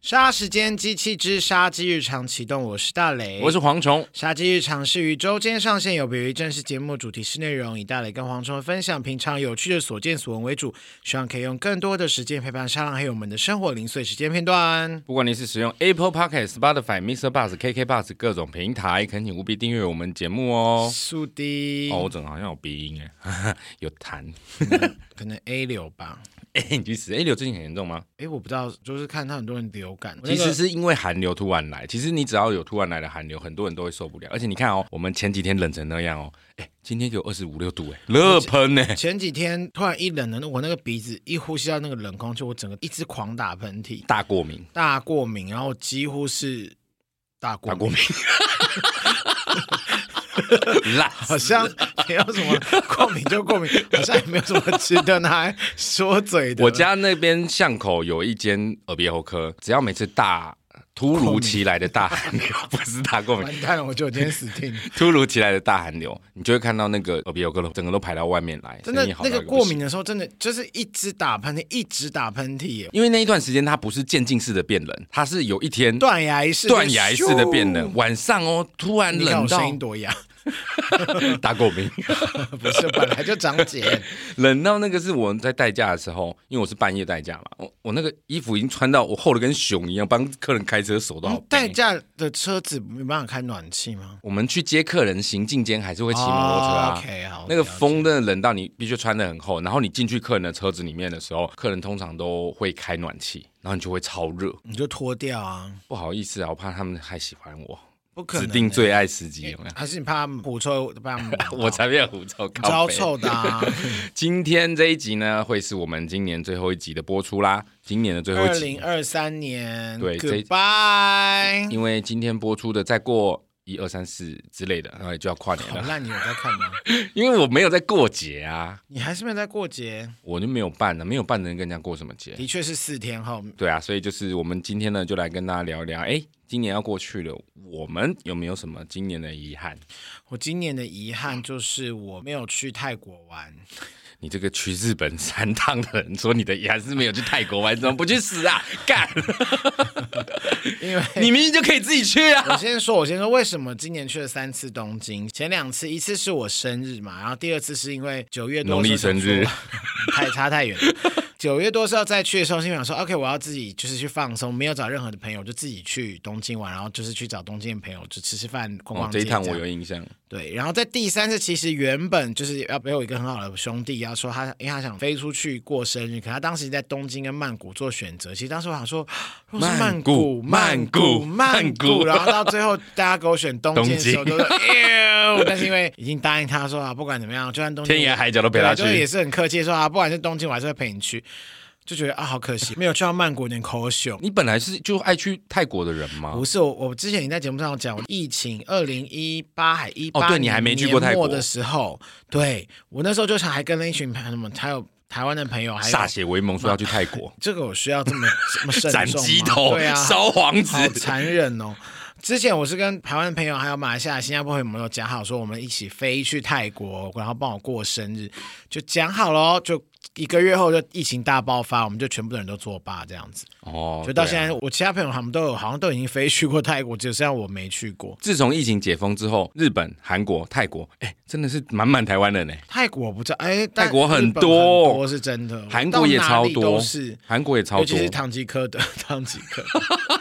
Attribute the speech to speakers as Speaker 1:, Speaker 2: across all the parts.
Speaker 1: 杀时间机器之杀鸡日常启动，我是大雷，
Speaker 2: 我是蝗虫。
Speaker 1: 杀鸡日常是于周间上线，有别于正式节目主题是内容，以大磊跟蝗虫的分享平常有趣的所见所闻为主，希望可以用更多的时间陪伴沙浪，还有我们的生活零碎时间片段。
Speaker 2: 不管你是使用 Apple Podcast、Spotify、Mr. Bus、KK Bus 各种平台，恳请务必订阅我们节目哦。
Speaker 1: 速滴，
Speaker 2: 哦，我整个好像有鼻音哎， 有痰。
Speaker 1: 可能 A 流吧，
Speaker 2: 哎、你去死！哎，流最近很严重吗？
Speaker 1: 哎，我不知道，就是看他很多人流感，
Speaker 2: 其
Speaker 1: 我那
Speaker 2: 实
Speaker 1: 个
Speaker 2: 是因为寒流突然来。其实你只要有突然来的寒流，很多人都会受不了。而且你看哦，我们前几天冷成那样哦，哎，今天有二十五六度哎，热喷呢。
Speaker 1: 前几天突然一冷呢，我那个鼻子一呼吸到那个冷空气，我整个一直狂打喷嚏，
Speaker 2: 大过敏，
Speaker 1: 大过敏，然后几乎是大过敏，
Speaker 2: 大过敏，烂
Speaker 1: 好像没有什么过敏就过敏，好像也没有什么值得拿来说嘴的。
Speaker 2: 我家那边巷口有一间耳鼻喉科，只要每次大突如其来的大寒流， 不是大过敏，
Speaker 1: 完蛋了，我觉得我今天死 定了。
Speaker 2: 突如其来的大寒流，你就会看到那个耳鼻喉科的整个都排到外面来，
Speaker 1: 真的
Speaker 2: 生意，好
Speaker 1: 那
Speaker 2: 到
Speaker 1: 个
Speaker 2: 一
Speaker 1: 过
Speaker 2: 不
Speaker 1: 敏
Speaker 2: 行。
Speaker 1: 的时候，真的就是一直打喷嚏，一直打喷嚏耶，
Speaker 2: 因为那一段时间它不是渐进式的变冷，它是有一天
Speaker 1: 断崖式的
Speaker 2: 断崖式的变冷
Speaker 1: 咻。，
Speaker 2: 晚上哦突然
Speaker 1: 你看
Speaker 2: 冷
Speaker 1: 我声音
Speaker 2: 到
Speaker 1: 多哑，
Speaker 2: 大过敏，
Speaker 1: 不是本来就长 茧，
Speaker 2: 冷到那个是我在代驾的时候，因为我是半夜代驾嘛，我我那个衣服已经穿到我厚的跟熊一样，帮客人开车手都好
Speaker 1: 哦代
Speaker 2: 背
Speaker 1: 驾的车子没办法开暖气吗？
Speaker 2: 我们去接客人，行进间还是会骑摩托车啊。
Speaker 1: o k 好，
Speaker 2: 那个
Speaker 1: 哦了解
Speaker 2: 风真的冷到你必须穿的很厚，然后你进去客人的车子里面的时候，客人通常都会开暖气，然后你就会超热。
Speaker 1: 你就脱掉啊，
Speaker 2: 不好意思啊，我怕他们太喜欢我，
Speaker 1: 不可能
Speaker 2: 指
Speaker 1: 欸。
Speaker 2: 定最爱司机 有没有？
Speaker 1: 还是你怕狐臭，怕
Speaker 2: 我才没有狐臭，
Speaker 1: 招
Speaker 2: 靠北
Speaker 1: 臭的啊！
Speaker 2: 今天这一集呢，会是我们今年最后一集的播出啦。今年的最后
Speaker 1: 二
Speaker 2: 一集
Speaker 1: 零，二三年，
Speaker 2: 对这
Speaker 1: ，Goodbye。
Speaker 2: 因为今天播出的再过一二三四之类的，然后就要跨年
Speaker 1: 好
Speaker 2: 了。
Speaker 1: 哦烂，你有在看吗？
Speaker 2: 因为我没有在过节啊，
Speaker 1: 你还是没有在过节，
Speaker 2: 我就没有办了，没有办能跟人家过什么节？
Speaker 1: 的确是四天后，
Speaker 2: 对啊，所以就是我们今天呢，就来跟大家聊聊，哎，今年要过去了，我们有没有什么今年的遗憾？
Speaker 1: 我今年的遗憾就是我没有去泰国玩。
Speaker 2: 你这个去日本三趟的人，说你的遗憾是没有去泰国玩，怎么不去 死啊？干！
Speaker 1: 因 为
Speaker 2: 你明明就可以自己去啊！
Speaker 1: 我先说，我先说为什么今年去了三次东京，前两次一次是我生日嘛，然后第二次是因为九月多
Speaker 2: 农历
Speaker 1: 的时候
Speaker 2: 生日
Speaker 1: 想说，太差太远了。九月多是要再去的时候，心里想说，OK，我要自己就是去放松，没有找任何的朋友，就自己去东京玩，然后就是去找东京的朋友，就吃吃饭、逛
Speaker 2: 哦
Speaker 1: 逛，街、
Speaker 2: 这一趟
Speaker 1: 样
Speaker 2: 我有印象，
Speaker 1: 对，然后在第三次，其实原本就是要没有一个很好的兄弟要说他，因为他想飞出去过生日，可他当时在东京跟曼谷做选择。其实当时我想说，如果是曼谷、
Speaker 2: 曼谷
Speaker 1: 曼
Speaker 2: 曼谷
Speaker 1: 谷，然后到最后大家给我选东京的时候，都
Speaker 2: 东
Speaker 1: 是哎呦，但是因为已经答应他说啊，不管怎么样，就算东京
Speaker 2: 天涯海角都陪
Speaker 1: 对啊
Speaker 2: 他
Speaker 1: 就是也
Speaker 2: 去。
Speaker 1: 是很客气地说啊，不管是东京，我还是会陪你去。就觉得啊，好可惜，没有去到曼谷，有点口秀。
Speaker 2: 你本来是就爱去泰国的人吗
Speaker 1: 不？是我，我之前已经在节目上有讲，我疫情二零一八还一八，
Speaker 2: 哦对你还没去过泰国
Speaker 1: 的时候，对我那时候就是还跟了一群朋友们，还有台湾的朋友，还有
Speaker 2: 歃血为盟说要去泰国，
Speaker 1: 这个我需要这么这么 慎重
Speaker 2: 斩
Speaker 1: 吗
Speaker 2: 鸡头
Speaker 1: 对，啊，
Speaker 2: 烧黄
Speaker 1: 好
Speaker 2: 纸，
Speaker 1: 残忍哦。之前我是跟台湾的朋友还有马来西亚、新加坡朋友们有讲好，说我们一起飞去泰国，然后帮我过生日，就讲好喽。就一个月后就疫情大爆发，我们就全部的人都作罢这样子。
Speaker 2: 哦
Speaker 1: 就到
Speaker 2: 对啊
Speaker 1: 现在，我其他朋友他们都有，好像都已经飞去过泰国，只剩下我没去过。
Speaker 2: 自从疫情解封之后，日本、韩国、泰国，哎，真的是满满台湾人呢。
Speaker 1: 泰国我不知道，哎，但
Speaker 2: 泰国很多
Speaker 1: 日本很多是真的，
Speaker 2: 韩国也超
Speaker 1: 到哪里
Speaker 2: 多
Speaker 1: 都是，
Speaker 2: 韩国也超
Speaker 1: 尤
Speaker 2: 多
Speaker 1: 其，是唐吉诃德， 唐吉诃德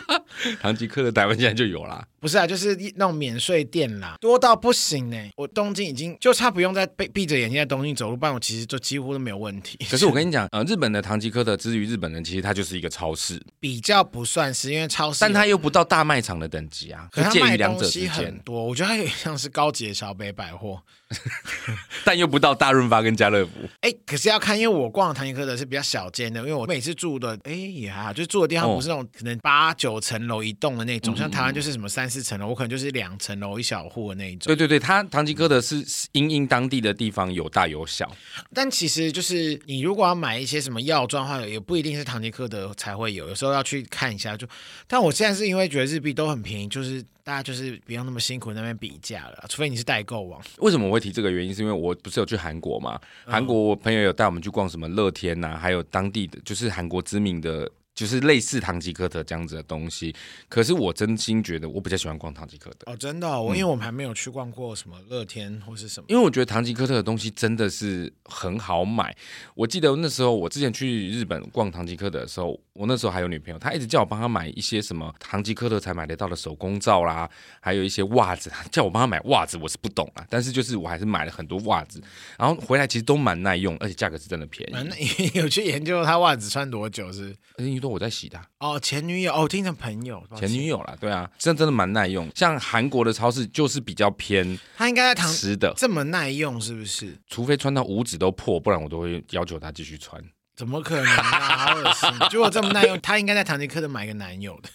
Speaker 2: 唐吉诃德台湾现在就有啦。
Speaker 1: 不是啊，就是一那种免税店啦，多到不行呢、我东京已经就差不用再闭闭着眼睛在东京走路，不然我其实就几乎都没有问题。
Speaker 2: 可是我跟你讲，呃，日本的唐吉诃德之于日本人，其实它就是一啊个超市，
Speaker 1: 比较不算是，因为超市有，
Speaker 2: 但它又不到大卖场的等级啊，
Speaker 1: 可
Speaker 2: 就是
Speaker 1: 它
Speaker 2: 介
Speaker 1: 卖
Speaker 2: 于两
Speaker 1: 东
Speaker 2: 者之
Speaker 1: 西很
Speaker 2: 间，
Speaker 1: 多，我觉得它有点像是高级的小北百货。
Speaker 2: 但又不到大润发跟家乐福。
Speaker 1: 哎，可是要看，因为我逛唐吉诃德是比较小间的，因为我每次住的，哎也还好，就是住的地方
Speaker 2: 哦嗯
Speaker 1: 不是那种可能八九层楼一栋的那种，像台湾就是什么三四层楼，我可能就是两层楼一小户的那一种。
Speaker 2: 对对对，它唐吉诃德是是因应当地的地方有大有小，
Speaker 1: 但其实就是你如果要买一些什么药妆的话，也不一定是唐吉诃德才会有，有时候要去看一下。就，但我现在是因为觉得日币都很便宜，就是大家就是不用那么辛苦那边比价了，除非你是代购网。
Speaker 2: 为什么我会提这个原因？是因为我不是有去韩嗯啊国嘛？韩国我朋友有带我们去逛什么乐天呐、还有当地的就是韩国知名的就是类似唐吉诃德这样子的东西。可是我真心觉得我比较喜欢逛唐吉诃德。
Speaker 1: 哦，真的哦、
Speaker 2: 嗯
Speaker 1: 我因为我们还没有去逛过什么乐天或是什么。
Speaker 2: 因为我觉得唐吉诃德的东西真的是很好买。我记得那时候我之前去日本逛唐吉诃德的时候，我那时候还有女朋友，她一直叫我帮她买一些什么唐吉诃德才买得到的手工皂啦，还有一些袜子，叫我帮她买袜子，我是不懂啊， 但是就是我还是买了很多袜子，然后回来其实都蛮耐用，而且价格是真的便宜。
Speaker 1: 蛮 有去研究他袜子穿多久是？
Speaker 2: 而且你说我在洗哎的啊、
Speaker 1: 哦，前女友哦，听成朋友，抱歉
Speaker 2: 前女友啦，对啊，真的真的蛮耐用。像韩国的超市就是比较偏
Speaker 1: 他应该在唐
Speaker 2: 湿的，
Speaker 1: 这么耐用是不是？
Speaker 2: 除非穿到五指都破，不然我都会要求她继续穿。
Speaker 1: 怎么可能啊！好恶心！如果这么耐 用，她应该在唐吉诃德买个男友的，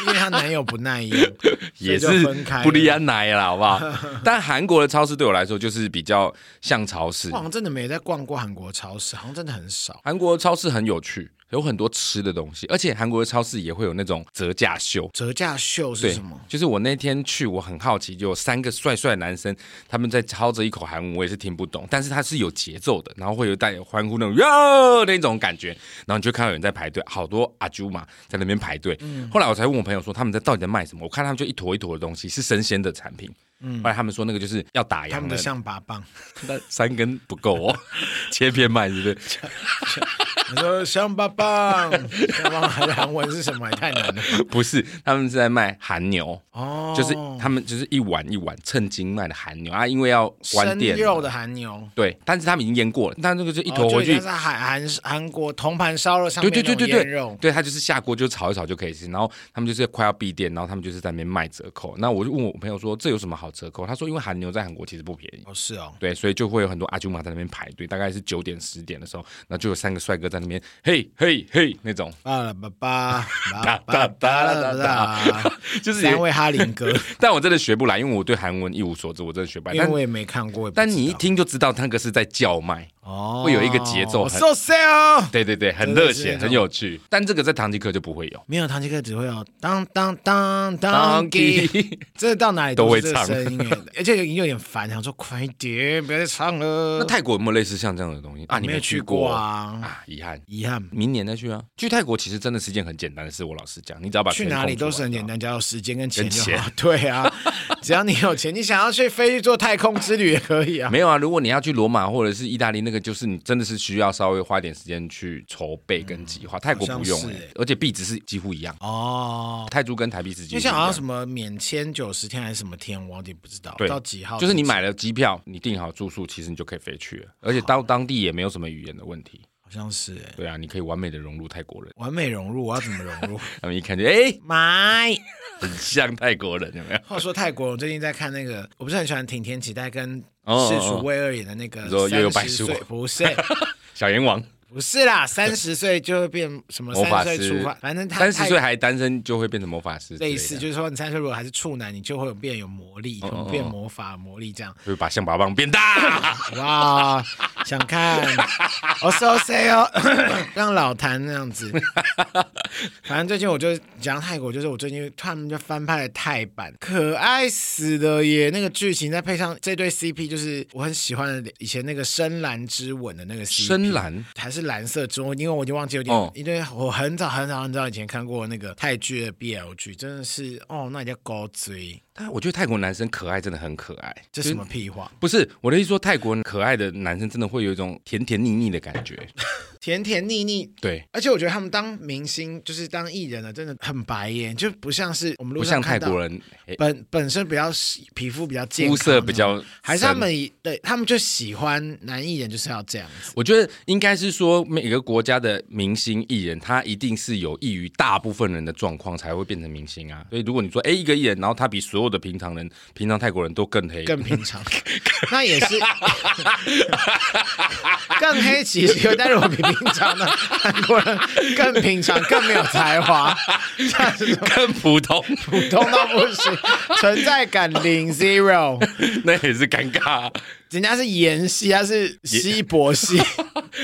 Speaker 1: 因为她男友不耐用，
Speaker 2: 也
Speaker 1: 所以
Speaker 2: 是
Speaker 1: 就分开了
Speaker 2: 不离安奶啦，好 不好？但韩国的超市对我来说就是比较像超市
Speaker 1: 我，好像真的没有在逛过韩国超市，好像真的很少。
Speaker 2: 韩国的超市很有趣，有很多吃的东西，而且韩国的超市也会有那种折价秀。
Speaker 1: 折价秀是
Speaker 2: 对
Speaker 1: 什么？，
Speaker 2: 就是我那天去，我很好奇，就有三个帅帅的男生，他们在操着一口韩文，我也是听不懂，但是他是有节奏的，然后会有带有欢呼那种哟那种感觉，然后你就看到有人在排队，好多阿舅嘛在那边排队。
Speaker 1: 嗯
Speaker 2: 后来我才问我朋友说他们在到底在卖什么，我看他们就一坨一坨的东西是生鲜的产品。后来他们说那个就是要打
Speaker 1: 嗯他
Speaker 2: 烊
Speaker 1: 们的
Speaker 2: 了，
Speaker 1: 象拔蚌，
Speaker 2: 那三根不够哦， 切片卖是不是？
Speaker 1: 你说象拔蚌，象拔蚌的韩文是什么？也太难了。
Speaker 2: 不是，他们是在卖韩牛，
Speaker 1: 哦，
Speaker 2: 就是他们就是一碗一碗称斤卖的韩牛啊，因为要关
Speaker 1: 生
Speaker 2: 店嘛
Speaker 1: 肉的韩牛，哦
Speaker 2: 对，但是他们已经腌过了，但那个就一
Speaker 1: 一
Speaker 2: 头回去，
Speaker 1: 是韩韩韩国铜盘烧肉上
Speaker 2: 对
Speaker 1: 面
Speaker 2: 对对对
Speaker 1: 那种腌
Speaker 2: 对
Speaker 1: 肉，，
Speaker 2: 对他就是下锅就炒一炒就可以吃，然后他们就是快要闭店，然后他们就是在那边卖折扣，那我就问我朋友说这有什么好折扣？他说因为韩牛在韩国其实不便宜。
Speaker 1: 哦是哦，
Speaker 2: 对，所以就会有很多阿舅妈在那边排队，大概是九点十点的时候，然后就有三个帅哥在那边，嘿嘿嘿 那种，
Speaker 1: 巴拉巴 巴
Speaker 2: 哒哒哒哒哒， 就是也
Speaker 1: 三位哈林 哥，
Speaker 2: 但我真的学不来，因为我对韩文一无所知，我真的学不来。
Speaker 1: 因为
Speaker 2: 但
Speaker 1: 我也没看过，也不
Speaker 2: 但
Speaker 1: 知
Speaker 2: 你一
Speaker 1: 道
Speaker 2: 听就知道那个是在叫卖，
Speaker 1: 哦
Speaker 2: 会有一个节奏
Speaker 1: 我
Speaker 2: 很
Speaker 1: so sell。
Speaker 2: 对对对，很
Speaker 1: 真的
Speaker 2: 热
Speaker 1: 是
Speaker 2: 血，
Speaker 1: 那
Speaker 2: 很
Speaker 1: 种
Speaker 2: 有趣。但这个在唐吉诃就不会有。
Speaker 1: 没有唐吉诃德只会有当当当当
Speaker 2: 唐
Speaker 1: 吉，
Speaker 2: 吉，
Speaker 1: 真的到哪里都是这个
Speaker 2: 都会
Speaker 1: 声 音耶，而且有点烦，想说快一点，不要再唱了
Speaker 2: 那。泰国有没有类似像这样的东西啊？你
Speaker 1: 没有
Speaker 2: 没
Speaker 1: 去
Speaker 2: 去
Speaker 1: 过
Speaker 2: 过？
Speaker 1: 啊，
Speaker 2: 啊，遗憾，
Speaker 1: 遗憾。
Speaker 2: 明年再去啊。去泰国其实真的是件很简单的事，我老实讲，你只要把
Speaker 1: 去
Speaker 2: 钱
Speaker 1: 哪里
Speaker 2: 空出
Speaker 1: 都
Speaker 2: 来
Speaker 1: 是很
Speaker 2: 就
Speaker 1: 简
Speaker 2: 好。
Speaker 1: 单，只要有时间跟钱
Speaker 2: 跟
Speaker 1: 就好。对啊， 只要你有钱，你想要去飞去做太空之旅也可以啊。
Speaker 2: 没有啊，如果你要去罗马或者是意大利，那个就是你真的是需要稍微花一点时间去筹备跟计划。泰国
Speaker 1: 好像
Speaker 2: 不用
Speaker 1: 是
Speaker 2: 欸
Speaker 1: 欸
Speaker 2: 而且币值是几乎一样，
Speaker 1: 哦，
Speaker 2: 泰铢跟台币是几
Speaker 1: 就
Speaker 2: 乎
Speaker 1: 像好像
Speaker 2: 一
Speaker 1: 什
Speaker 2: 样。
Speaker 1: 么免签九十天还是什么天，我有点不知道
Speaker 2: 对
Speaker 1: 到几号。
Speaker 2: 就是你买了机票，你订好住宿，其实你就可以飞去了，而且到当地也没有什么语言的问题。
Speaker 1: 好像是哎，
Speaker 2: 对啊，你可以完美的融入泰国人，
Speaker 1: 完美融入，我要怎么融 入？
Speaker 2: 他们一看就哎、
Speaker 1: 买。
Speaker 2: 很像泰国人，有没有？
Speaker 1: 话说泰国，我最近在看那个，我不是很喜欢挺田启代跟
Speaker 2: 哦
Speaker 1: 世主卫二演的那个，
Speaker 2: 你说悠悠白书
Speaker 1: 岁不是
Speaker 2: 小阎王。
Speaker 1: 不是啦，三十岁就会变什么
Speaker 2: 魔法
Speaker 1: 三十岁
Speaker 2: 师
Speaker 1: 出发，反正他
Speaker 2: 三十岁
Speaker 1: 泰
Speaker 2: 还单身就会变成魔法师之类的，
Speaker 1: 类似，就是说你三十岁如果还是处男，你就会有变有魔力，可能
Speaker 2: 哦
Speaker 1: 变魔法魔力这样。
Speaker 2: 就是把象拔蚌变大。
Speaker 1: 哇，想 看，我 so say 哦， 让老谭那样子。反正最近我就讲泰国，就是我最近他们就翻拍了泰版，可爱死了耶！那个剧情再配上这对 CP，就是我很喜欢的以前那个深蓝之吻的那个 CP。
Speaker 2: 深蓝
Speaker 1: 还是蓝色之吻，因为我已经忘记有点，
Speaker 2: 哦
Speaker 1: 因为我很早很早很早以前看过那个泰剧的 BL 剧，真的是哦，那也叫高追，
Speaker 2: 但我觉得泰国男生可爱真的很可爱，
Speaker 1: 这
Speaker 2: 就
Speaker 1: 什
Speaker 2: 是
Speaker 1: 么屁话？
Speaker 2: 不是我的意思说，泰国可爱的男生真的会有一种甜甜腻腻的感觉。
Speaker 1: 甜甜腻腻，
Speaker 2: 对，
Speaker 1: 而且我觉得他们当明星，就是当艺人了，真的很白耶，就不像是我们路
Speaker 2: 不
Speaker 1: 上
Speaker 2: 像
Speaker 1: 看
Speaker 2: 泰
Speaker 1: 到
Speaker 2: 国人诶
Speaker 1: 本本身比较是皮肤比较健康，啊
Speaker 2: 肤色比，较深，
Speaker 1: 还是他们以对他们就喜欢男艺人就是要这样子。
Speaker 2: 我觉得应该是说，每个国家的明星艺人，他一定是有益于大部分人的状况才会变成明星啊。所以如果你说，哎、一个艺人，然后他比所有的平常人、平常泰国人都更黑，
Speaker 1: 更平常，那也是更黑其实有，但是我比平常的韩国人更平常，更没有才华，但是
Speaker 2: 更普通，
Speaker 1: 普通到不行，存在感零 zero，
Speaker 2: 那也是尴尬、 啊，
Speaker 1: 人家是演戏，他是西博戏。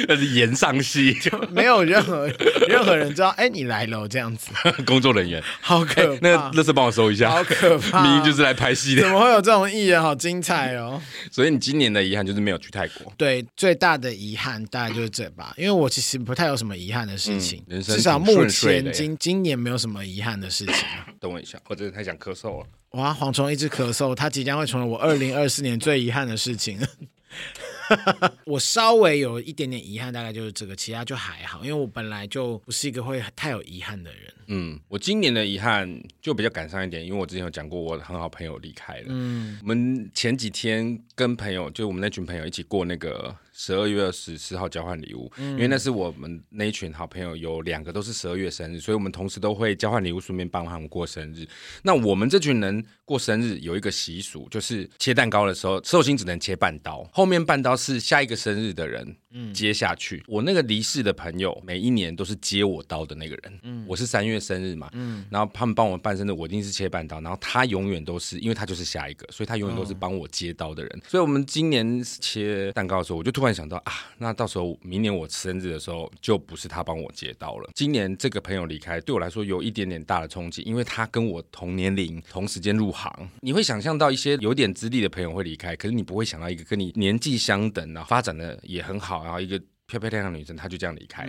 Speaker 2: 那是言上戏
Speaker 1: 没有任何任何人知道，哎、你来了哦这样 子，
Speaker 2: 工作人员。
Speaker 1: 好可
Speaker 2: 哎那
Speaker 1: 怕，
Speaker 2: 乐色帮我收一下，
Speaker 1: 好可怕
Speaker 2: 明明就是来拍戏
Speaker 1: 怎
Speaker 2: 的。
Speaker 1: 么会有这种艺人？好精彩哦！
Speaker 2: 所以你今年的遗憾就是没有去泰国。
Speaker 1: 对，最大的遗憾大概就是这吧，因为我其实不太有什么遗憾的事情，
Speaker 2: 嗯人生
Speaker 1: 至少
Speaker 2: 挺
Speaker 1: 目
Speaker 2: 顺遂的
Speaker 1: 前
Speaker 2: 耶
Speaker 1: 今今年没有什么遗憾的事情 啊。
Speaker 2: 等我一下，我真的太想咳嗽了。
Speaker 1: 哇，蝗虫一直咳嗽，它即将会成为我二零二四年最遗憾的事情。 我稍微有一点点遗憾，大概就是这个，其他就还好，因为我本来就不是一个会太有遗憾的人。
Speaker 2: 嗯，我今年的遗憾就比较感伤一点，因为我之前有讲过，我很好朋友离开了。嗯，我们前几天跟朋友，就我们那群朋友一起过那个十二月十四号交换礼物，因为那是我们那一群好朋友有两个都是十二月生日，所以我们同时都会交换礼物，顺便帮他们过生日。那我们这群人过生日有一个习俗，就是切蛋糕的时候，寿星只能切半刀，后面半刀是下一个生日的人接下去。我那个离世的朋友，每一年都是接我刀的那个人。我是三月生日嘛，然后他们帮我办生日，我一定是切半刀，然后他永远都是，因为他就是下一个，所以他永远都是帮我接刀的人。所以我们今年切蛋糕的时候，我就突然想到啊，那到时候明年我生日的时候，就不是他帮我接刀了。今年这个朋友离开，对我来说有一点点大的冲击，因为他跟我同年龄、同时间入行，你会想象到一些有点资历的朋友会离开，可是你不会想到一个跟你年纪相等，然后发展的也很好，然后一个。漂漂亮亮的女生，她就这样离开，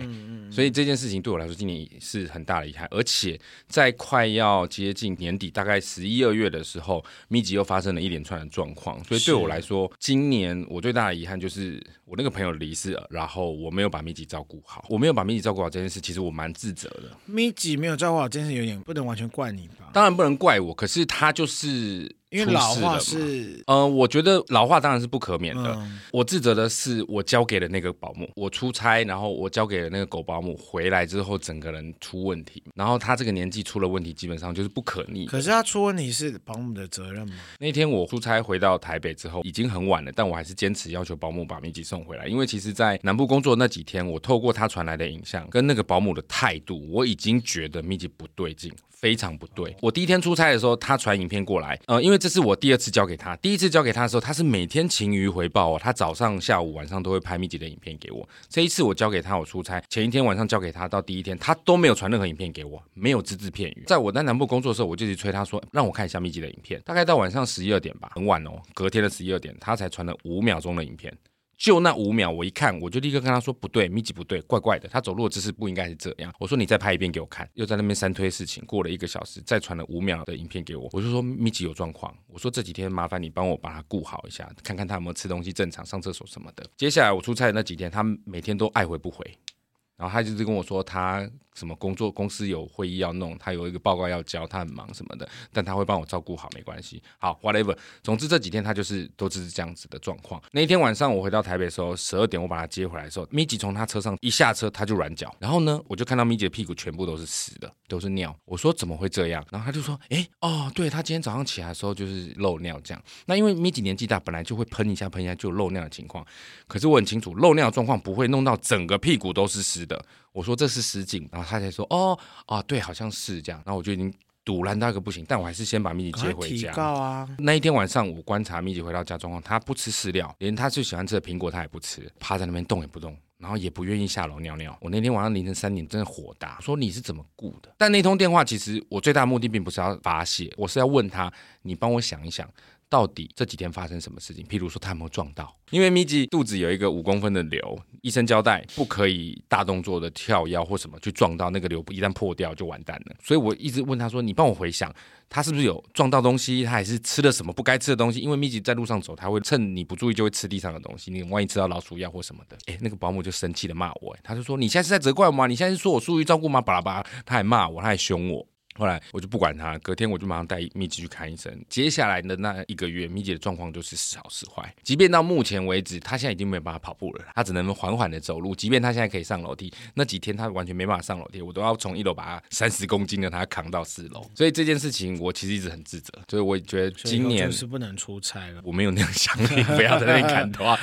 Speaker 2: 所以这件事情对我来说今年是很大的遗憾，而且在快要接近年底，大概十一二月的时候，密集又发生了一连串的状况，所以对我来说，今年我最大的遗憾就是我那个朋友离世了，然后我没有把密集照顾好，我没有把密集照顾好这件事，其实我蛮自责的。
Speaker 1: 咪吉没有照顾好，真是有点不能完全怪你吧，
Speaker 2: 当然不能怪我，可是他就是
Speaker 1: 因为
Speaker 2: 出事
Speaker 1: 老
Speaker 2: 了
Speaker 1: 化
Speaker 2: 嘛
Speaker 1: 是
Speaker 2: 呃，我觉得老化当然是不可免的。
Speaker 1: 嗯
Speaker 2: 我自责的是，我交给了那个保姆，我出差，然后我交给了那个狗保姆，回来之后整个人出问题，然后他这个年纪出了问题，基本上就是不可逆的。
Speaker 1: 可是他出问题是保姆的责任吗？
Speaker 2: 那天我出差回到台北之后，已经很晚了，但我还是坚持要求保姆把米吉送回来，因为其实，在南部工作那几天，我透过他传来的影像跟那个保姆的态度，我已经觉得米吉不对劲。非常不对。我第一天出差的时候，他传影片过来，呃，因为这是我第二次交给他。第一次交给他的时候，他是每天勤于回报哦，他早上、下午、晚上都会拍密集的影片给我。这一次我交给他，我出差前一天晚上交给他，到第一天他都没有传任何影片给我，没有只字片语。在我在南部工作的时候，我就一直催他说，让我看一下密集的影片。大概到晚上十一二点吧，很晚哦，隔天的十一二点，他才传了五秒钟的影片。就那五秒，我一看，我就立刻跟他说：“不对，米奇不对，怪怪的，他走路的姿势不应该是这样。”我说：“你再拍一遍给我看。”又在那边三推事情，过了一个小时，再传了五秒的影片给我，我就说：“米奇有状况。”我说：“这几天麻烦你帮我把他顾好一下，看看他有没有吃东西正常、上厕所什么的。”接下来我出差的那几天，他每天都爱回不回，然后他就是跟我说他什么工作公司有会议要弄，他有一个报告要交，他很忙什么的，但他会帮我照顾好，没关系。好，whatever，总之这几天他就是都是这样子的状况。那一天晚上我回到台北的时候，十二点我把他接回来的时候，米吉从他车上一下车他就软脚，然后呢我就看到米吉的屁股全部都是湿的，都是尿。我说怎么会这样？然后他就说，诶，哦，对他今天早上起来的时候就是漏尿这样。那因为米吉年纪大，本来就会喷一下喷一下就有漏尿的情况，可是我很清楚漏尿的状况不会弄到整个屁股都是湿的。我说这是失禁，然后他才说哦啊对，好像是这样。然后我就已经堵拦到一个不行，但我还是先把米妮接
Speaker 1: 赶快
Speaker 2: 回
Speaker 1: 提
Speaker 2: 家。
Speaker 1: 告啊！
Speaker 2: 那一天晚上，我观察米姐回到家状况，她不吃饲料，连她最喜欢吃的苹果她也不吃，趴在那边动也不动，然后也不愿意下楼尿尿。我那天晚上凌晨三点真的火大，说你是怎么顾的？但那通电话其实我最大的目的并不是要发泄，我是要问她，你帮我想一想。到底这几天发生什么事情？譬如说，她有没有撞到？因为米吉肚子有一个五公分的瘤，医生交代不可以大动作的跳腰或什么去撞到那个瘤，一旦破掉就完蛋了。所以我一直问她说：“你帮我回想，他是不是有撞到东西？他还是吃了什么不该吃的东西？因为密集在路上走，他会趁你不注意就会吃地上的东西。你万一吃到老鼠药或什么的，诶，那个保姆就生气的骂我、诶，他就说你现在是在责怪我吗？你现在是说我疏于照顾吗？巴拉巴拉，他还骂我，他还凶我。后来我就不管他，隔天我就马上带蜜姐去看医生。接下来的那一个月，蜜姐的状况就是时好时坏。即便到目前为止，她现在已经没有办法跑步了，她只能缓缓的走路。即便她现在可以上楼梯，那几天她完全没办法上楼梯，我都要从一楼把她三十公斤的她扛到四楼。所以这件事情我其实一直很自责，所以我也觉得
Speaker 1: 所以以
Speaker 2: 今
Speaker 1: 后
Speaker 2: 年
Speaker 1: 就是不能出差了。
Speaker 2: 我没有那样想你，不要在那边砍头啊！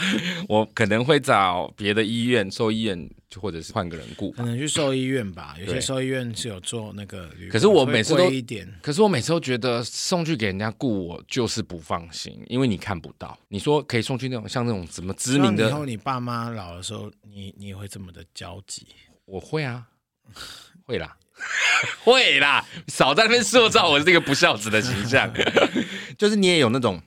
Speaker 2: 我可能会找别的医院、兽医院，或者是换个人雇吧
Speaker 1: 可。能去兽医院吧，有些
Speaker 2: 对
Speaker 1: 兽医院是有做那个旅馆，
Speaker 2: 可是我每次
Speaker 1: 会贵
Speaker 2: 都
Speaker 1: 一点，
Speaker 2: 可是我每次都觉得送去给人家雇，我就是不放心，因为你看不到。你说可以送去那种像那种什么知名
Speaker 1: 希望以后
Speaker 2: 的，
Speaker 1: 你爸妈老的时候，你你也会这么的焦急。
Speaker 2: 我会啊， 会啦， 会啦，少在那边塑造我这个不孝子的形象。 就是你也有那种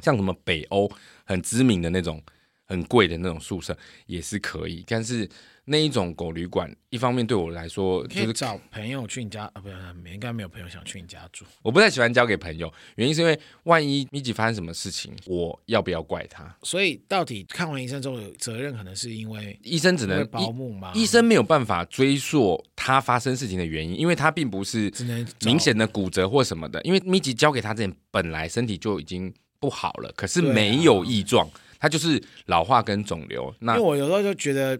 Speaker 2: 像什么北欧很知名的那种很贵的那种宿舍也是可以，但是那一种狗旅馆，一方面对我来说
Speaker 1: 可
Speaker 2: 就
Speaker 1: 以
Speaker 2: 是
Speaker 1: 找朋友去你家啊，不是，没应该没有朋友想去你家住。
Speaker 2: 我不太喜欢交给朋友，原因是因为万一米奇发生什么事情，我要不要怪他？
Speaker 1: 所以到底看完医生之后，责任可能是因为
Speaker 2: 医生只
Speaker 1: 因为
Speaker 2: 能
Speaker 1: 保姆吗？
Speaker 2: 医医生没有办法追溯他发生事情的原因，因为他并不是
Speaker 1: 只能找
Speaker 2: 明显的骨折或什么的，因为米奇交给他之前本来身体就已经不好了，可是
Speaker 1: 对啊
Speaker 2: 没有异状，他就是老化跟肿瘤。那
Speaker 1: 因为我有时候就觉得，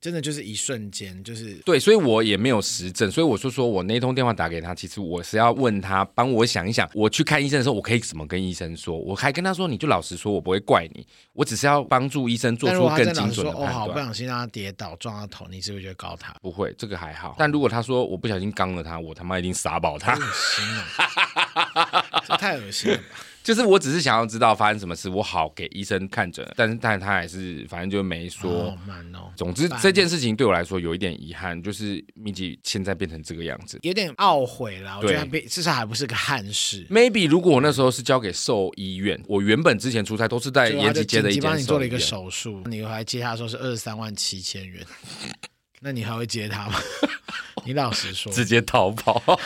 Speaker 1: 真的就是一瞬间，就是
Speaker 2: 对，所以我也没有实证，所以我说说我那通电话打给他，其实我是要问他帮我想一想，我去看医生的时候，我可以怎么跟医生说？我还跟他说，你就老实说，我不会怪你，我只是要帮助医生做
Speaker 1: 但如
Speaker 2: 出
Speaker 1: 果他
Speaker 2: 更
Speaker 1: 真的
Speaker 2: 精
Speaker 1: 老是
Speaker 2: 准
Speaker 1: 说
Speaker 2: 的
Speaker 1: 哦
Speaker 2: 判
Speaker 1: 好，不
Speaker 2: 断。
Speaker 1: 小心让他跌倒撞到头，你是不是就会告他？
Speaker 2: 不会，这个还好。但如果他说我不小心刚了他，我他妈一定杀爆他
Speaker 1: 好。恶心哦，这太恶心了吧！
Speaker 2: 就是我只是想要知道发生什么事，我好给医生看诊。但是，但他还是反正就没说。
Speaker 1: 好慢哦，
Speaker 2: 总之
Speaker 1: 烦，
Speaker 2: 这件事情对我来说有一点遗憾，就是米奇现在变成这个样子。
Speaker 1: 有点懊悔啦。我觉
Speaker 2: 对
Speaker 1: 得别至少还不是个憾事。
Speaker 2: Maybe 如果我那时候是交给兽医院，我原本之前出差都是在
Speaker 1: 就
Speaker 2: 延
Speaker 1: 他就
Speaker 2: 吉街的
Speaker 1: 紧急
Speaker 2: 一
Speaker 1: 帮
Speaker 2: 间
Speaker 1: 你做
Speaker 2: 兽
Speaker 1: 了
Speaker 2: 医
Speaker 1: 一个
Speaker 2: 院。
Speaker 1: 手术，你还接他说是二十三万七千 元，那你还会接他吗？你老实说，
Speaker 2: 直接逃跑，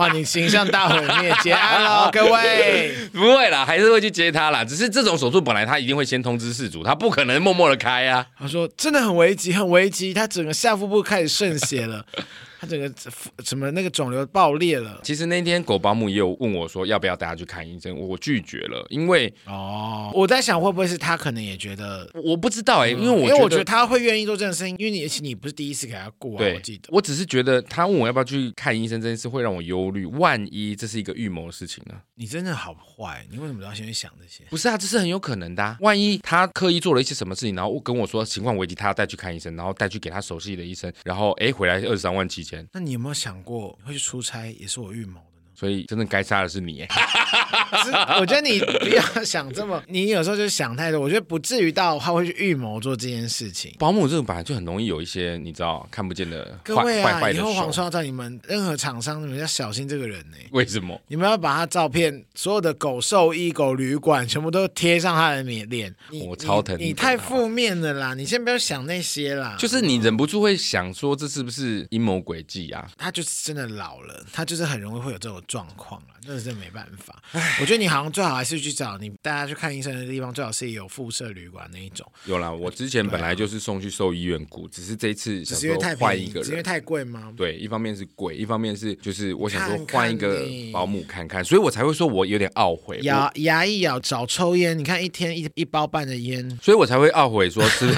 Speaker 1: 哇，你形象大毁灭，结案 喽，各位。
Speaker 2: 不会啦，还是会去接他啦。只是这种手术本来他一定会先通知事主，他不可能默默的开啊。
Speaker 1: 他说真的很危急，很危急，他整个下腹部开始渗血 了，他整个什么那个肿瘤爆裂了。
Speaker 2: 其实那天狗保姆也有问我说要不要带他去看医生，我拒绝了，因为
Speaker 1: 哦，我在想会不会是他可能也觉得，
Speaker 2: 我不知道哎、因为我
Speaker 1: 嗯因为我
Speaker 2: 觉
Speaker 1: 觉
Speaker 2: 得
Speaker 1: 得他会愿意做这件事情，因为你而且你不是第一次给他过、啊，
Speaker 2: 对
Speaker 1: 我记得，。
Speaker 2: 我只是觉得他问我要不要去看医生这件事会让我忧虑，万一这是一个预谋的事情呢？
Speaker 1: 你真的好坏，你为什么要先去想这些？
Speaker 2: 不是啊，这是很有可能的、啊。万一他刻意做了一些什么事情，然后我跟我说情况危急，他要带去看医生，然后带去给他熟悉的医生，然后诶回来二十三万七千，
Speaker 1: 那你有没有想过会去出差也是我预谋的呢？
Speaker 2: 所以真正该杀的是你。欸
Speaker 1: 是我觉得你不要想这么，你有时候就想太多，我觉得不至于到他会去预谋做这件事情。
Speaker 2: 保姆这种本来就很容易有一些你知道看不见的坏
Speaker 1: 各位啊，
Speaker 2: 坏坏
Speaker 1: 以
Speaker 2: 的
Speaker 1: 后黄
Speaker 2: 手，
Speaker 1: 少照你们任何厂商，你们要小心这个人呢、
Speaker 2: 为什么？
Speaker 1: 你们要把他照片，所有的狗兽医、狗旅馆，全部都贴上他的脸脸。你
Speaker 2: 我哦超疼
Speaker 1: 你，你
Speaker 2: 你的
Speaker 1: 太负面了啦！你先不要想那些啦。
Speaker 2: 就是你忍不住会想说，这是不是阴谋诡计啊？
Speaker 1: 他就是真的老了，他就是很容易会有这种状况啦，那是真的没办法。我觉得你好像最好还是去找你带他去看医生的地方，最好是有附设旅馆那一种，
Speaker 2: 有啦，我之前本来就是送去兽医院顾，只是这一次
Speaker 1: 只
Speaker 2: 想
Speaker 1: 啊是因为太
Speaker 2: 说换
Speaker 1: 便
Speaker 2: 一
Speaker 1: 宜，
Speaker 2: 个
Speaker 1: 只是因为
Speaker 2: 人。
Speaker 1: 太贵吗？
Speaker 2: 对，一方面是贵，一方面是就是我想说
Speaker 1: 看看
Speaker 2: 换一个
Speaker 1: 你
Speaker 2: 保姆看看，所以我才会说我有点懊悔。我
Speaker 1: 牙牙一咬，找抽烟，你看一天一一包半的烟，
Speaker 2: 所以我才会懊悔说 是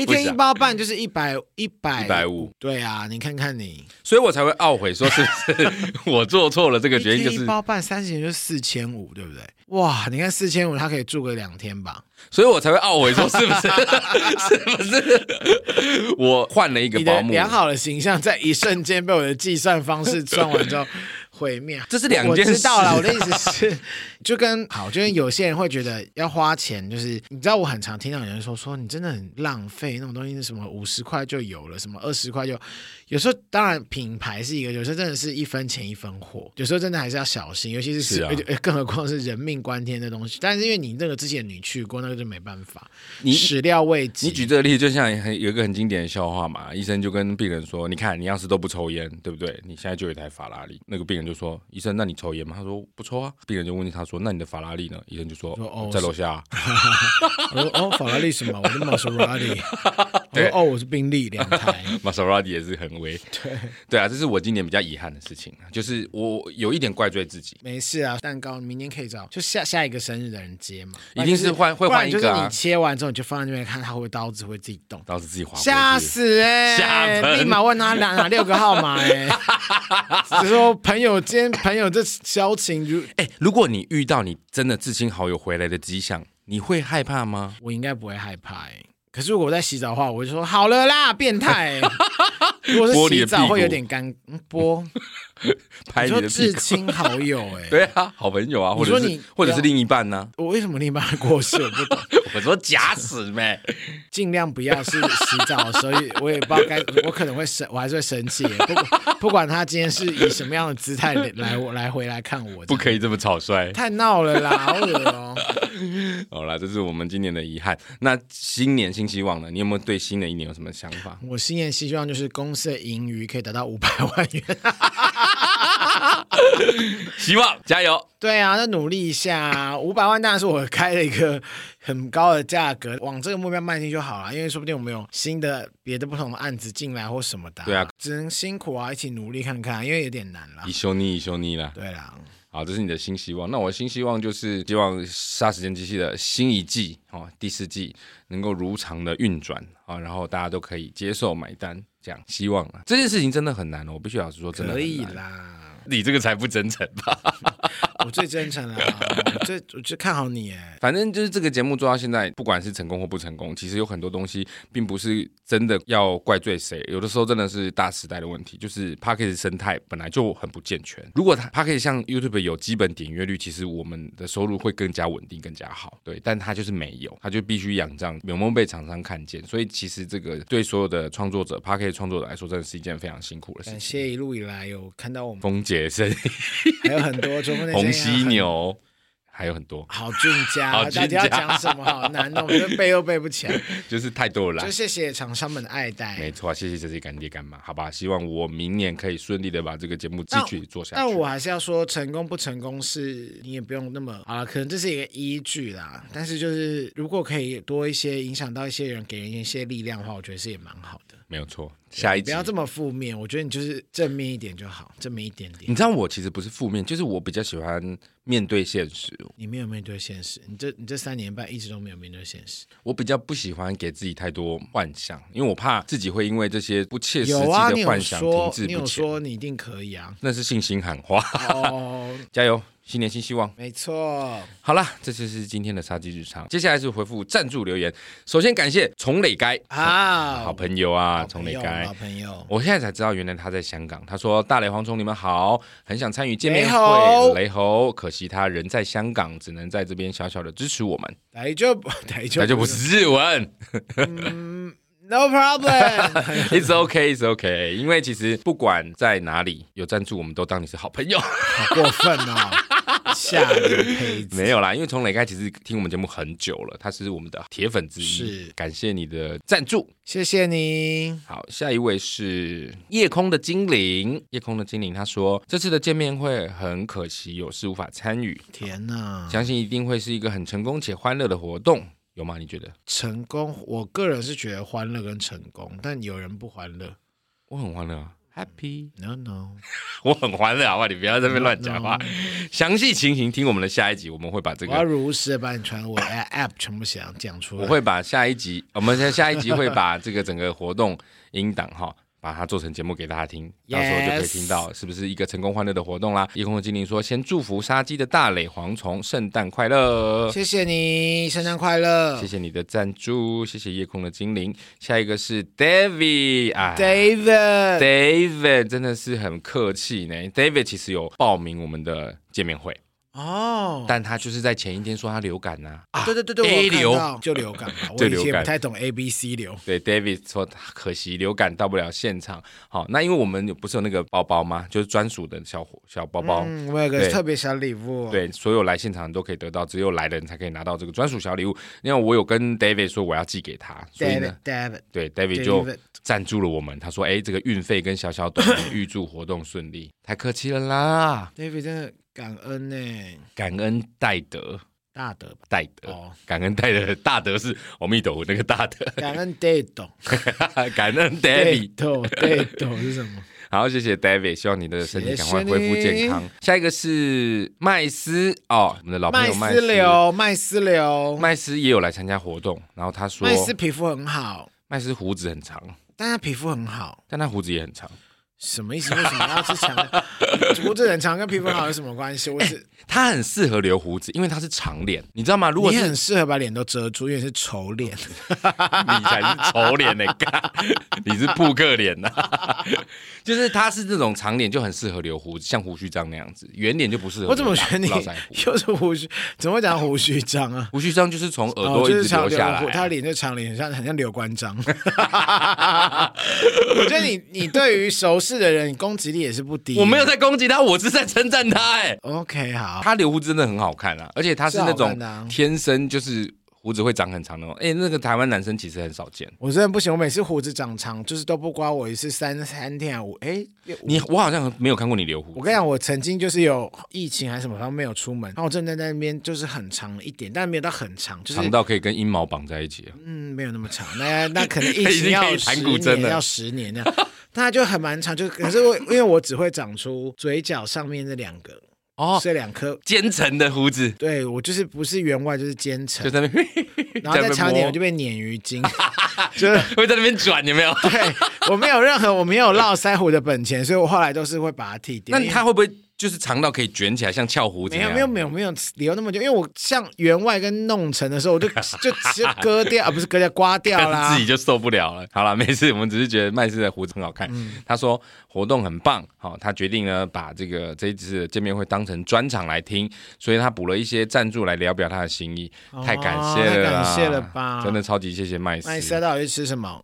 Speaker 1: 一
Speaker 2: 不
Speaker 1: 天
Speaker 2: 是
Speaker 1: 一包半就是一百一百
Speaker 2: 一百五，
Speaker 1: 对啊，你看看你，
Speaker 2: 所以我才会懊悔说是不是我做错了这个决定，
Speaker 1: 一
Speaker 2: 就
Speaker 1: 天
Speaker 2: 是
Speaker 1: 一包半三十元就四千五，对不对？哇，你看四千五，他可以住个两天吧？
Speaker 2: 所以我才会懊悔说是 不是是不是我换了一个
Speaker 1: 你的
Speaker 2: 保姆，
Speaker 1: 良好的形象在一瞬间被我的计算方式算完之后毁灭。
Speaker 2: 这是两件事
Speaker 1: 我知道了，我的意思是，就跟好，就是有些人会觉得要花钱，就是你知道，我很常听到有人说说你真的很浪费，那种东西是什么五十块就有了，什么二十块就，有时候当然品牌是一个，有时候真的是一分钱一分 货，有时候真的还是要小心，尤其是
Speaker 2: 是啊
Speaker 1: 而且更何况是人命关天的东西。但是因为你那个之前你去过，那个就没办法，
Speaker 2: 你
Speaker 1: 始料未及。
Speaker 2: 你举这个例子，就像很有一个很经典的笑话嘛，医生就跟病人说：“你看，你要是都不抽烟，对不对？你现在就有一台法拉利。”那个病人就说：“医生，那你抽烟吗？”他说：“不抽啊。”病人就问他说：“那你的法拉利呢？”医生就说：“
Speaker 1: 说哦
Speaker 2: 在楼下啊。
Speaker 1: 我说哦，法拉利什么？我是 Maserati。我说哦，我是宾利两台。
Speaker 2: 玛莎拉蒂也是很威，对对啊，这是我今年比较遗憾的事情，啊就是我有一点怪罪自己，
Speaker 1: 没事啊，蛋糕明年可以找，就下下一个生日的人接嘛。
Speaker 2: 一定是换会
Speaker 1: 不然
Speaker 2: 换一
Speaker 1: 就是
Speaker 2: 个
Speaker 1: 你
Speaker 2: 啊，
Speaker 1: 切完之后，你就放在那边看，它会不会刀子会自己动。
Speaker 2: 当时自己划过去
Speaker 1: 吓！死哎、
Speaker 2: 吓喷
Speaker 1: 立马问他哪哪六个号码哎、 只说朋友间朋友这交情如，
Speaker 2: 哎、如果你遇到你真的至亲好友回来的迹象，你会害怕吗？
Speaker 1: 我应该不会害怕哎、可是如果我在洗澡的话，我就说好了啦，变 态、欸。如果
Speaker 2: 剥
Speaker 1: 是洗
Speaker 2: 你的
Speaker 1: 澡
Speaker 2: 屁股
Speaker 1: 会有点干嗯剥，
Speaker 2: 拍
Speaker 1: 你
Speaker 2: 你
Speaker 1: 说
Speaker 2: 的屁
Speaker 1: 至
Speaker 2: 股？
Speaker 1: 亲好友哎、
Speaker 2: 对啊，好朋友啊，
Speaker 1: 你
Speaker 2: 或
Speaker 1: 说
Speaker 2: 者
Speaker 1: 你
Speaker 2: 是或者是另一半呢、
Speaker 1: 我为什么立马过世？我不懂。
Speaker 2: 我说假死 呗，
Speaker 1: 尽量不要是洗澡的时候，我也不知道该，我可能会生，我还是会生 气。不管不管他今天是以什么样的姿态来来我来回来看我，
Speaker 2: 不可以这么草率。
Speaker 1: 太闹了啦，好恶哦、
Speaker 2: 好啦，这是我们今年的遗憾。那新年新希望呢？你有没有对新的一年有什么想法？
Speaker 1: 我新年希望就是公司的盈余可以达到五百 万元。
Speaker 2: 希望加油！
Speaker 1: 对啊，那努力一下，啊五百万当然是我开了一个很高的价格，往这个目标迈进就好了。因为说不定我们有新的别的不同的案子进来或什么的、
Speaker 2: 对啊，
Speaker 1: 只能辛苦啊，一起努力看看，因为有点难了
Speaker 2: 一。休你，一休你啦。
Speaker 1: 对啦，
Speaker 2: 好，这是你的新希望。那我的新希望就是希望《杀时间机器》的新一季哦，第四季能够如常的运转啊、然后大家都可以接受买单，这样希望啊。这件事情真的很难哦，我必须老实说，真的
Speaker 1: 可
Speaker 2: 很
Speaker 1: 以
Speaker 2: 难。啊
Speaker 1: 啦，
Speaker 2: 你这个才不真诚吧？
Speaker 1: 我最真诚了啊，我最我最看好你哎。
Speaker 2: 反正就是这个节目做到现在，不管是成功或不成功，其实有很多东西并不是真的要怪罪谁，有的时候真的是大时代的问题，就是 p a c k a g e 生态本来就很不健全。如果它 p a c k a g e 像 YouTube 有基本点阅率，其实我们的收入会更加稳定、更加好，对，但它就是没有，它就必须仰仗有没有被厂商看见。所以其实这个对所有的创作者 p a c k a g e 创作者来说，真的是一件非常辛苦的事
Speaker 1: 感
Speaker 2: 情。
Speaker 1: 谢一路以来有看到我们，
Speaker 2: 风杰生、
Speaker 1: 还有很多中国的
Speaker 2: 红犀、牛，还有很多，
Speaker 1: 郝俊佳，
Speaker 2: 郝
Speaker 1: 大
Speaker 2: 俊
Speaker 1: 家
Speaker 2: 佳
Speaker 1: 要讲什么好难哦，我们背又背不 起来。
Speaker 2: 就是太 多了啦
Speaker 1: 就。谢谢厂商们的爱
Speaker 2: 没
Speaker 1: 戴。
Speaker 2: 错，谢谢这些干爹干妈，好吧，希望我明年可以顺利的把这个节目继续做下去。
Speaker 1: 但我还是要说，成功不成功是你也不用那么好了，可能这是一个依据啦。但是就是如果可以多一些影响到一些人，给人一些力量的话，我觉得是也蛮好的。
Speaker 2: 没有错，下一
Speaker 1: 不
Speaker 2: 集。
Speaker 1: 要这么负面，我觉得你就是正面一点就好，正面一点点
Speaker 2: 你。知道我其实不是负面，就是我比较喜欢面对现实，
Speaker 1: 你没有面对现实，你这你这三年半一直都没有面对现实。
Speaker 2: 我比较不喜欢给自己太多幻想，因为我怕自己会因为这些不切实际
Speaker 1: 有啊，你
Speaker 2: 的
Speaker 1: 有
Speaker 2: 幻想停
Speaker 1: 说，
Speaker 2: 滞
Speaker 1: 你
Speaker 2: 不
Speaker 1: 有
Speaker 2: 前。
Speaker 1: 说你一定可以 啊。
Speaker 2: 那是信心喊话，
Speaker 1: 哦，
Speaker 2: 加油！新年新希望。
Speaker 1: 没错，
Speaker 2: 好啦，这就是今天的杀鸡日常。接下来是回复赞助留言。首先感谢崇磊该
Speaker 1: 啊，
Speaker 2: 好朋友啊，崇
Speaker 1: 朋
Speaker 2: 磊
Speaker 1: 友，
Speaker 2: 该
Speaker 1: 好朋友，
Speaker 2: 我现在才知道，原来他在香港。他说：“大雷蝗虫，你们好，很想参与见面
Speaker 1: 雷猴
Speaker 2: 会。雷猴，可惜他人在香港，只能在这边小小的支持我们。
Speaker 1: 来就来就
Speaker 2: 那就不是 日文
Speaker 1: No problem，
Speaker 2: ，It's OK, It's OK。因为其实不管在哪里有赞助，我们都当你是好朋友。
Speaker 1: 好过分哦，下流胚 子。
Speaker 2: 没有啦，因为从磊开其实听我们节目很久了，他是我们的铁粉之一。
Speaker 1: 是
Speaker 2: 感谢你的赞助。
Speaker 1: 谢谢你，
Speaker 2: 好，下一位是夜空的精灵。夜空的精灵他说，这次的见面会很可惜，有事无法参与。
Speaker 1: 天哪，
Speaker 2: 相信一定会是一个很成功且欢乐的活动，有吗？你觉得？
Speaker 1: 成功，我个人是觉得欢乐跟成功，但有人不欢乐
Speaker 2: 我很欢乐啊，Happy，
Speaker 1: ，No No，
Speaker 2: 我很欢乐，好不好？你不要在那边乱讲话。 详细情形听我们的下一集，我们会把这
Speaker 1: 我要
Speaker 2: 个，
Speaker 1: 如实的把你传我的 App 全部想讲出来。
Speaker 2: 我会把下一集，我们在下一集会把这个整个活动音档哈。把它做成节目给大家听，到时候就可以
Speaker 1: Yes
Speaker 2: 听到是不是一个成功欢乐的活动啦。夜空的精灵说：“先祝福杀鸡的大磊蝗虫圣诞快乐。”
Speaker 1: 谢谢你，圣诞快乐
Speaker 2: 谢谢你的赞助，谢谢夜空的精灵。下一个是 David 啊
Speaker 1: ，David。
Speaker 2: David 真的是很客气呢。David 其实有报名我们的见面会，
Speaker 1: 哦，
Speaker 2: 但他就是在前一天说他流感呐、啊。
Speaker 1: 对对对对，我
Speaker 2: A
Speaker 1: 有看
Speaker 2: 流
Speaker 1: 到就流感 吧，我
Speaker 2: 就
Speaker 1: 以前
Speaker 2: 流
Speaker 1: 也
Speaker 2: 感
Speaker 1: 不太懂 A B C 流。
Speaker 2: 对，David 说他可惜流感到不了现场。好，那因为我们有不是有那个包包吗？就是专属的小火小包包。
Speaker 1: 嗯，我有个
Speaker 2: 对
Speaker 1: 特别小礼物，，
Speaker 2: 对，所有来现场都可以得到，只有来的人才可以拿到这个专属小礼物。因为我有跟 David 说我要寄给他，所以呢
Speaker 1: David，，David，
Speaker 2: 对 David 就
Speaker 1: David
Speaker 2: 赞助了我们。他说：“哎，这个运费跟小小短信预祝活动顺利，太客气了啦，
Speaker 1: David 真的感恩呢，
Speaker 2: 感恩戴德。”
Speaker 1: 大德吧
Speaker 2: 戴德，
Speaker 1: 哦，
Speaker 2: 感恩戴德的大德是阿弥陀佛那个大德，
Speaker 1: 感恩 Dado，
Speaker 2: 感恩 David。
Speaker 1: Dado，Dado 是什 么？
Speaker 2: 好，谢谢 David，希望你的身体赶快
Speaker 1: 谢谢你
Speaker 2: 恢复健康。下一个是麦斯哦，我们的老朋
Speaker 1: 麦
Speaker 2: 友麦
Speaker 1: 斯流，麦斯流，
Speaker 2: 麦斯也有来参加活动，然后他说
Speaker 1: 麦斯皮肤很好，
Speaker 2: 麦斯胡子很长，
Speaker 1: 但他皮肤很好，
Speaker 2: 但他胡子也很长，
Speaker 1: 什么意思？为什么要去强 调？胡子很长跟皮肤好有什么关系？我是
Speaker 2: 他很适合留胡子，因为他是长脸，你知道吗？如果
Speaker 1: 你
Speaker 2: 是
Speaker 1: 很适合把脸都遮住，因为你是丑脸。
Speaker 2: 你才是丑脸 呢、干，你是扑克脸呐、 就是他是这种长脸就很适合留胡子，像胡须章那样子，圆脸就不适合留
Speaker 1: 我
Speaker 2: 老。
Speaker 1: 怎么觉得你
Speaker 2: 络腮胡
Speaker 1: 又是胡须？怎么会讲胡须章啊？
Speaker 2: 胡须章就是从 耳
Speaker 1: 哦，
Speaker 2: 朵一
Speaker 1: 就是
Speaker 2: 直
Speaker 1: 长
Speaker 2: 流
Speaker 1: 刘
Speaker 2: 下
Speaker 1: 胡
Speaker 2: 来、啊
Speaker 1: 他脸就 长脸，很像很像刘关张。我觉得你你对于熟事的人，你攻击力也是不低。
Speaker 2: 我没有在攻击他，我是在称赞他、哎，
Speaker 1: OK，好，
Speaker 2: 他留胡子真的很好看啊，而且他是那
Speaker 1: 是好
Speaker 2: 种
Speaker 1: 看的啊
Speaker 2: 天生就是胡子会长很长的那种。哎、那个台湾男生其实很少见。
Speaker 1: 我真的不行，我每次胡子长长，就是都不刮，我一次三三天啊五哎，
Speaker 2: 你我好像没有看过你留胡子，
Speaker 1: 我跟你讲，我曾经就是有疫情还是什么，然后没有出门，然后我正在那边就是很长一点，但没有到很长，就是
Speaker 2: 长到可以跟阴毛绑在一起啊。
Speaker 1: 嗯没有那么长，那那可 能疫
Speaker 2: 已
Speaker 1: 情
Speaker 2: 经可
Speaker 1: 要
Speaker 2: 以
Speaker 1: 十
Speaker 2: 弹古筝
Speaker 1: 年
Speaker 2: 了
Speaker 1: 要十年那样，那就很蛮长，就可是我因为我只会长出嘴角上面那两个，
Speaker 2: 哦，
Speaker 1: 这两颗。
Speaker 2: 奸臣的胡子
Speaker 1: 对我就是不是员外就是奸臣
Speaker 2: 就，在那边，
Speaker 1: 然后再长一点
Speaker 2: 摸
Speaker 1: 我就被鲶鱼 精，就是
Speaker 2: 会在那边转，有没 有？
Speaker 1: 对我没有任何我没有络腮胡的本钱，所以我后来都是会把它剃掉。
Speaker 2: 那他会不会就是长到可以卷起来，像翘胡子
Speaker 1: 没有
Speaker 2: 那样？
Speaker 1: 没有没有没有留那么久，因为我像员外跟弄成的时候，我 就就就割掉啊，不是割掉刮掉啦
Speaker 2: 自。己就受不了了。好了，没事，我们只是觉得麦斯的胡子很好看。
Speaker 1: 嗯
Speaker 2: 他说活动很棒，好、他决定呢把这个这一次的见面会当成专场来听，所以他补了一些赞助来聊表他的心意，
Speaker 1: 哦
Speaker 2: 太感谢了啦，
Speaker 1: 太感谢了吧
Speaker 2: 真的超级谢谢麦斯。
Speaker 1: 那你塞到底去吃什么？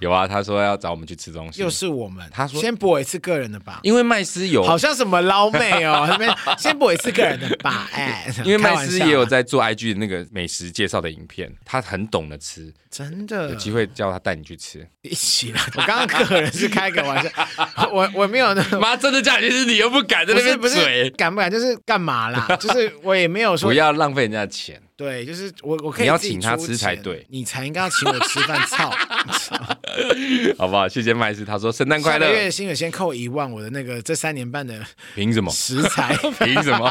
Speaker 2: 有啊，他说要找我们去吃东西
Speaker 1: 又，是我们。
Speaker 2: 他说
Speaker 1: 先播一次个人的吧，
Speaker 2: 因为麦斯有。
Speaker 1: 好像什么捞妹 哦，那边先播一次个人的吧。哎，
Speaker 2: 因为
Speaker 1: 开
Speaker 2: 麦
Speaker 1: 玩
Speaker 2: 斯
Speaker 1: 笑啊
Speaker 2: 也有在做 IG 的那个美食介绍的影片，他很懂得吃，
Speaker 1: 真的
Speaker 2: 有机会叫他带你 去吃。
Speaker 1: 一起啦。我刚刚个人是开个玩笑， 我我没有那个。
Speaker 2: 妈，真的假的？就是你又不敢在
Speaker 1: 不
Speaker 2: 那
Speaker 1: 是
Speaker 2: 边
Speaker 1: 不是
Speaker 2: 嘴，
Speaker 1: 敢不敢就是干嘛啦？ 就是我也没有说
Speaker 2: 不要浪费人家的钱。
Speaker 1: 对，就是我我可以
Speaker 2: 你要
Speaker 1: 自己
Speaker 2: 请他
Speaker 1: 出
Speaker 2: 吃才
Speaker 1: 钱
Speaker 2: 对
Speaker 1: 你才应该要请我吃饭。操！
Speaker 2: 好不好？谢谢麦斯，他说圣诞 快
Speaker 1: 下
Speaker 2: 乐
Speaker 1: 个，月薪水先扣一万，我的那个这三年半的
Speaker 2: 凭什么？
Speaker 1: 食材。
Speaker 2: 凭什 么？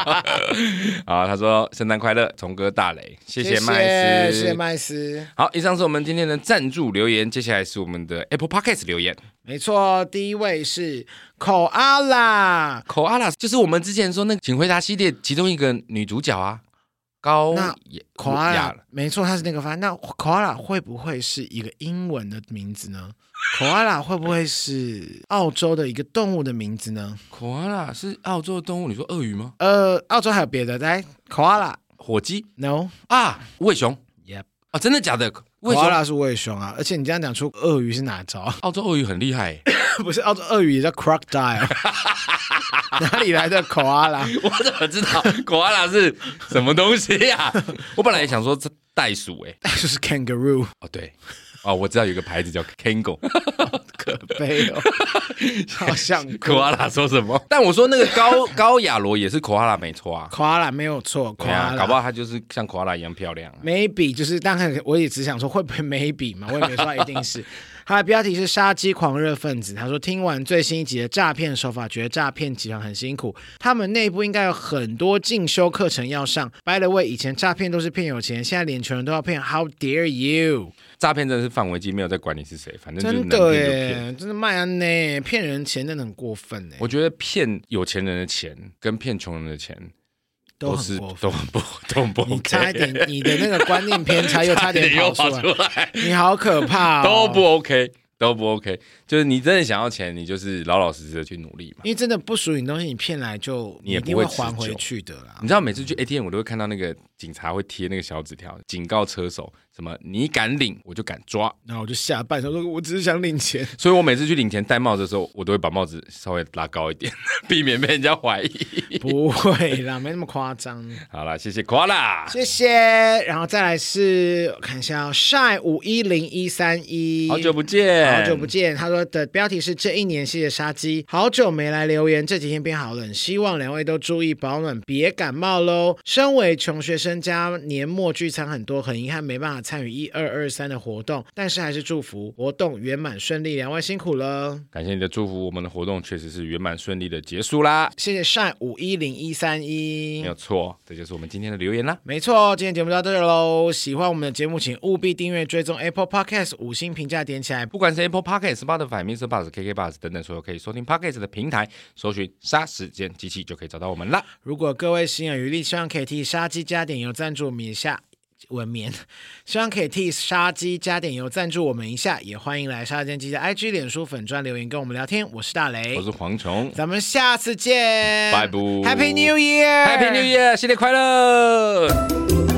Speaker 2: 啊，他说圣诞快乐，虫哥大雷， 谢谢麦斯，
Speaker 1: 谢谢麦斯。
Speaker 2: 好，以上是我们今天的赞助留言，接下来是我们的 Apple Podcast 留言。
Speaker 1: 没错，第一位是口阿啦，
Speaker 2: 口阿拉就是我们之前说那个《请回答》系列其中一个女主角啊，高
Speaker 1: 那
Speaker 2: 雅
Speaker 1: 口阿
Speaker 2: 雅
Speaker 1: 啦，没错，他是那个翻。那口阿啦会不会是一个英文的名字呢？口阿啦会不会是澳洲的一个动物的名字呢？
Speaker 2: 口阿拉是澳洲的动物，你说鳄鱼吗？
Speaker 1: 呃，澳洲还有别的，来口阿啦
Speaker 2: 火鸡
Speaker 1: No，
Speaker 2: 啊，无尾熊
Speaker 1: Yep
Speaker 2: 啊，真的假的？
Speaker 1: 口
Speaker 2: 为
Speaker 1: 阿
Speaker 2: 什么
Speaker 1: 啦是卫熊啊，而且你这样讲出鳄鱼是哪招？
Speaker 2: 澳洲鳄鱼很厉害、
Speaker 1: 不是澳洲鳄鱼也叫 crocodile，哪里来的 koala？
Speaker 2: 我怎么知道果阿拉是什么东西呀、 我本来也想说这袋鼠哎、
Speaker 1: 就是 kangaroo，
Speaker 2: 哦对，哦我知道有一个牌子叫 Kango，
Speaker 1: 可悲 哦，好像
Speaker 2: 果
Speaker 1: koala
Speaker 2: 阿拉说什么？但我说那个高 高雅罗也是果阿拉没错啊，
Speaker 1: 没有错
Speaker 2: 对啊，
Speaker 1: ，koala，
Speaker 2: 搞不好它就是像果阿拉一样漂亮、啊。
Speaker 1: maybe 就是，当然我也只想说会不会 maybe 嘛，我也没说一定 是。他的标题是“杀鸡狂热分子”，他说听完最新一集的诈骗手法，觉得诈骗集团很辛苦，他们内部应该有很多进修课程要上。By the way，以前诈骗都是骗有钱，现在连穷人都要骗，How dare you！
Speaker 2: 诈骗真的是范围机，没有在管你是谁，反正就是
Speaker 1: 真
Speaker 2: 能骗
Speaker 1: 的
Speaker 2: 就骗。
Speaker 1: 耶，真的卖安呢，骗人钱真的很过分哎，
Speaker 2: 我觉得骗有钱人的钱跟骗穷人的钱
Speaker 1: 都很
Speaker 2: 是
Speaker 1: 过分。
Speaker 2: 都很不 都很不
Speaker 1: 你
Speaker 2: OK，
Speaker 1: 差一点，你的那个观念偏差 又差
Speaker 2: 差
Speaker 1: 点
Speaker 2: 又
Speaker 1: 跑
Speaker 2: 跑
Speaker 1: 出来，
Speaker 2: 出来。
Speaker 1: 你好可怕、哦，
Speaker 2: 都不 OK，都不 OK。就是你真的想要钱，你就是老老实实的去努力嘛。
Speaker 1: 因为真的不属于你的东西，你骗来就
Speaker 2: 你也
Speaker 1: 一定
Speaker 2: 不会持久
Speaker 1: 还回去的啦
Speaker 2: 你。知道每次去 ATM，我都会看到那个警察会贴那个小纸条，警告车手什么你敢领我就敢抓。
Speaker 1: 然后我就下半场说，我只是想领钱，
Speaker 2: 所以我每次去领钱戴帽子的时候，我都会把帽子稍微拉高一点， 避免被人家怀疑。
Speaker 1: 不会 啦，没那么夸张。
Speaker 2: 好啦，谢谢 k 啦。
Speaker 1: 谢谢，然后再来是我看一下、哦、晒五一零一三一，
Speaker 2: 好久不见，
Speaker 1: 好久不见。他说的标题是这一年谢谢杀鸡，好久没来留言，这几天变好冷，希望两位都注意保暖，别感冒喽。身为穷学生家，年末聚餐很多，很遗憾没办法参与一二二三的活动，但是还是祝福活动圆满顺利，两位辛苦了。
Speaker 2: 感谢你的祝福，我们的活动确实是圆满顺利的结束啦。
Speaker 1: 谢谢善五一零一三一
Speaker 2: 没有。错，这就是我们今天的留言啦。
Speaker 1: 没错，今天节目就到这喽。喜欢我们的节目，请务必订阅、追踪 Apple Podcast，五星评价点起来。
Speaker 2: 不管是 Apple Podcast、Spotify、Mr. Bus、KK Bus 等等所有可以收听 Podcast 的平台，搜寻“杀时间机器”就可以找到我们啦。
Speaker 1: 如果各位心有余力，希望可以替杀鸡加点油赞助我们一下。文棉， 希望可以替杀鸡加点油赞助我们一下，也欢迎来杀鸡的 IG、脸书粉专留言跟我们聊天。我是大雷
Speaker 2: 我，是蝗虫
Speaker 1: 咱们下次见，
Speaker 2: 拜拜
Speaker 1: ，Happy New Year，
Speaker 2: ，Happy New Year，新年快乐！
Speaker 3: 啊